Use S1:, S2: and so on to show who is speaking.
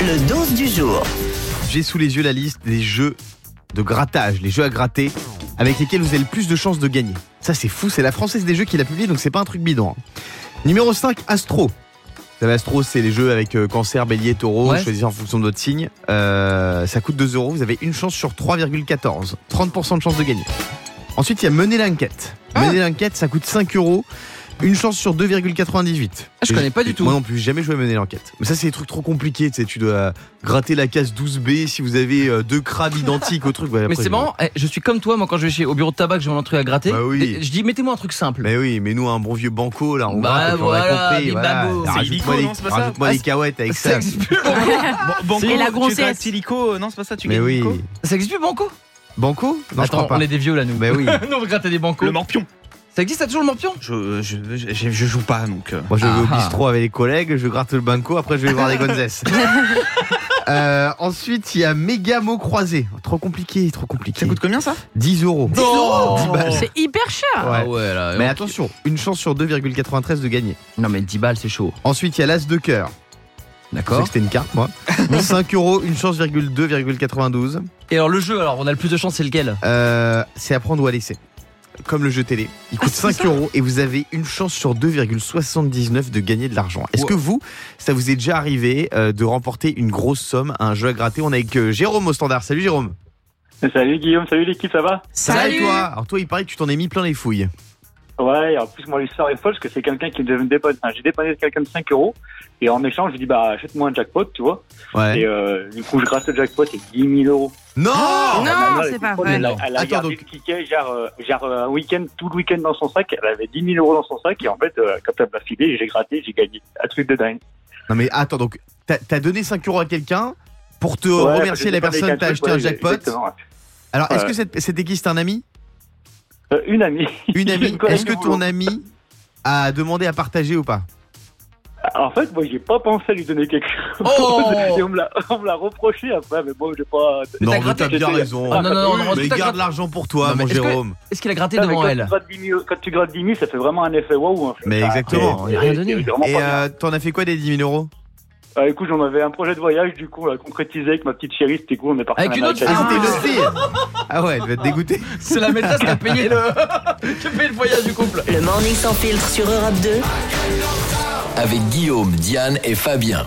S1: Le 12 du jour.
S2: J'ai sous les yeux la liste des jeux de grattage, les jeux à gratter avec lesquels vous avez le plus de chances de gagner. Ça c'est fou, c'est la française des jeux qui l'a publié donc c'est pas un truc bidon. hein. Numéro 5, Astro. Vous savez, Astro, c'est les jeux avec euh, cancer, bélier, taureau,
S3: Ouais.
S2: choisir en fonction de votre signe. Euh, ça coûte 2 euros, vous avez une chance sur 3,14. 30% de chance de gagner. Ensuite, il y a Mener l'enquête.
S3: Ah.
S2: Mener l'enquête, ça coûte 5 euros. Une chance sur 2,98.
S3: Ah, je connais pas du tout.
S2: Moi non plus, j'ai jamais joué à mener l'enquête. Mais ça, c'est des trucs trop compliqués. Tu sais, tu dois gratter la case 12B si vous avez euh, deux crabes identiques au truc. Ouais,
S3: Mais
S2: après,
S3: c'est
S2: je-
S3: marrant, eh, je suis comme toi, moi quand je vais chez, au bureau de tabac, je demande un truc à gratter.
S2: Bah oui.
S3: et je dis, mettez-moi un truc simple.
S2: Mais oui, mais nous, un bon vieux banco, là, on gratte et
S3: Bah
S2: puis on
S3: voilà,
S2: a compris.
S3: bim,
S2: Voilà.
S3: bam, boum. C'est
S2: Rajoute-moi
S4: illico,
S2: les,
S4: non, c'est pas ça
S2: rajoute-moi
S3: Ah,
S2: les
S3: c'est-
S2: cacahuètes avec
S3: Ça
S2: ça.
S3: existe plus Banco
S4: Bon, Banco,
S5: Et la
S4: tu
S5: grossesse.
S4: grattes illico, euh, non c'est pas ça, tu
S2: Mais
S4: grattes
S2: oui.
S4: illico
S3: Ça existe plus Banco
S2: Banco Non, je
S3: Attends,
S2: crois
S3: on
S2: pas.
S3: est des vieux là nous.
S2: Mais oui.
S3: non, on gratte des Banco.
S4: Le morpion.
S3: Ça existe, t'as toujours le morpion
S4: Je, je, je, je- je joue pas donc. euh.
S2: Moi, je vais au
S3: Ah.
S2: bistrot avec les collègues, je gratte le banco, après, je vais voir les gonzesses. Euh, ensuite, il y a méga mots croisés. Trop compliqué, trop
S4: Ça
S2: compliqué.
S4: coûte combien ça
S2: 10 euros.
S3: Oh euros
S2: 10 balles.
S5: C'est hyper cher.
S2: Ouais.
S3: Ah ouais, là.
S2: Mais
S3: on-
S2: attention, une chance sur 2,93 de gagner.
S3: Non, mais 10 balles, c'est chaud.
S2: Ensuite, il y a l'as de cœur. Je sais que
S3: D'accord.
S2: c'était une carte, moi. 5 euros, une chance, 2,92.
S3: Et alors, le jeu, alors, on a le plus de chance, c'est lequel
S2: Euh, c'est à prendre ou à laisser. Comme le jeu télé. Il coûte
S5: Ah, c'est
S2: 5
S5: ça
S2: euros et vous avez une chance sur 2,79 de gagner de l'argent. Est-ce
S3: Wow.
S2: que vous, ça vous est déjà arrivé euh, de remporter une grosse somme à un jeu à gratter On est avec euh, Jérôme au standard. Salut Jérôme.
S6: Salut Guillaume, salut l'équipe, ça va
S2: Salut toi. Alors toi, il paraît que tu t'en es mis plein les fouilles.
S6: Ouais, et en plus moi l'histoire est folle parce que c'est quelqu'un qui me dépanne. Enfin, j'ai dépanné quelqu'un de 5 euros et en échange je lui dis bah achète-moi un jackpot, tu vois.
S2: Ouais.
S6: Et euh, du coup je gratte le jackpot et 10 000 euros.
S2: Non
S5: Non,
S6: Ma maman, elle
S5: c'est
S6: était
S5: pas
S6: folle,
S5: vrai.
S6: Elle, a- elle
S2: Attends,
S6: a regardé
S2: donc-
S6: le ticket genre, euh, genre euh, un week-end, tout le week-end dans son sac. Elle avait 10 000 euros dans son sac et en fait euh, quand elle m'a filé, j'ai gratté, j'ai gagné. Un truc de dingue.
S2: Non mais attends, donc t'as t'as donné 5 euros à quelqu'un pour te
S6: Ouais,
S2: remercier
S6: j'ai
S2: la
S6: dépanné
S2: personne,
S6: quelqu'un,
S2: t'as acheté un
S6: ouais,
S2: jackpot.
S6: exactement, ouais.
S2: Alors est-ce
S6: Ouais.
S2: que cette- c'était qui C'était un ami
S6: Euh, une amie.
S2: Une amie
S6: Une collègue
S2: Est-ce que
S6: de boulot.
S2: ton ami a demandé à partager ou pas
S6: En fait, moi, j'ai pas pensé à lui donner quelque chose.
S3: Oh
S6: Et on me l'a- on me l'a reproché après, mais bon, j'ai
S2: Non,
S6: pas.
S3: t'as
S2: mais t'as
S3: gratté,
S2: bien
S6: j'étais-
S2: raison.
S3: Ah, non, non, non,
S2: mais
S3: t'as
S2: garde
S3: gratté-
S2: l'argent pour toi,
S3: Non, mais
S2: mon
S3: est-ce que-
S2: Jérôme.
S3: Est-ce qu'il a gratté
S6: Non, mais
S3: devant
S6: quand
S3: elle
S6: Tu grattes 10 000, quand tu grattes 10 000, ça fait vraiment un effet waouh. en fait.
S2: Mais
S6: Ah,
S2: exactement.
S6: c'est-
S3: Il a rien donné.
S6: c'est vraiment
S2: Et
S6: pas bien.
S2: euh, t'en as fait quoi des 10 000 euros
S6: Ah, écoute, j'en avais un projet de voyage, du coup, à concrétiser avec ma petite chérie, c'était cool, on est parti.
S3: Avec
S6: en
S3: une autre
S6: Algérie.
S2: Ah,
S3: Ah.
S2: c'était une autre fille Ah ouais, elle va être dégoûtée.
S3: C'est la maîtresse qui a payé le, qui a payé le voyage du couple.
S1: Le morning sans filtre sur Europe 2.
S7: avec Guillaume, Diane et Fabien.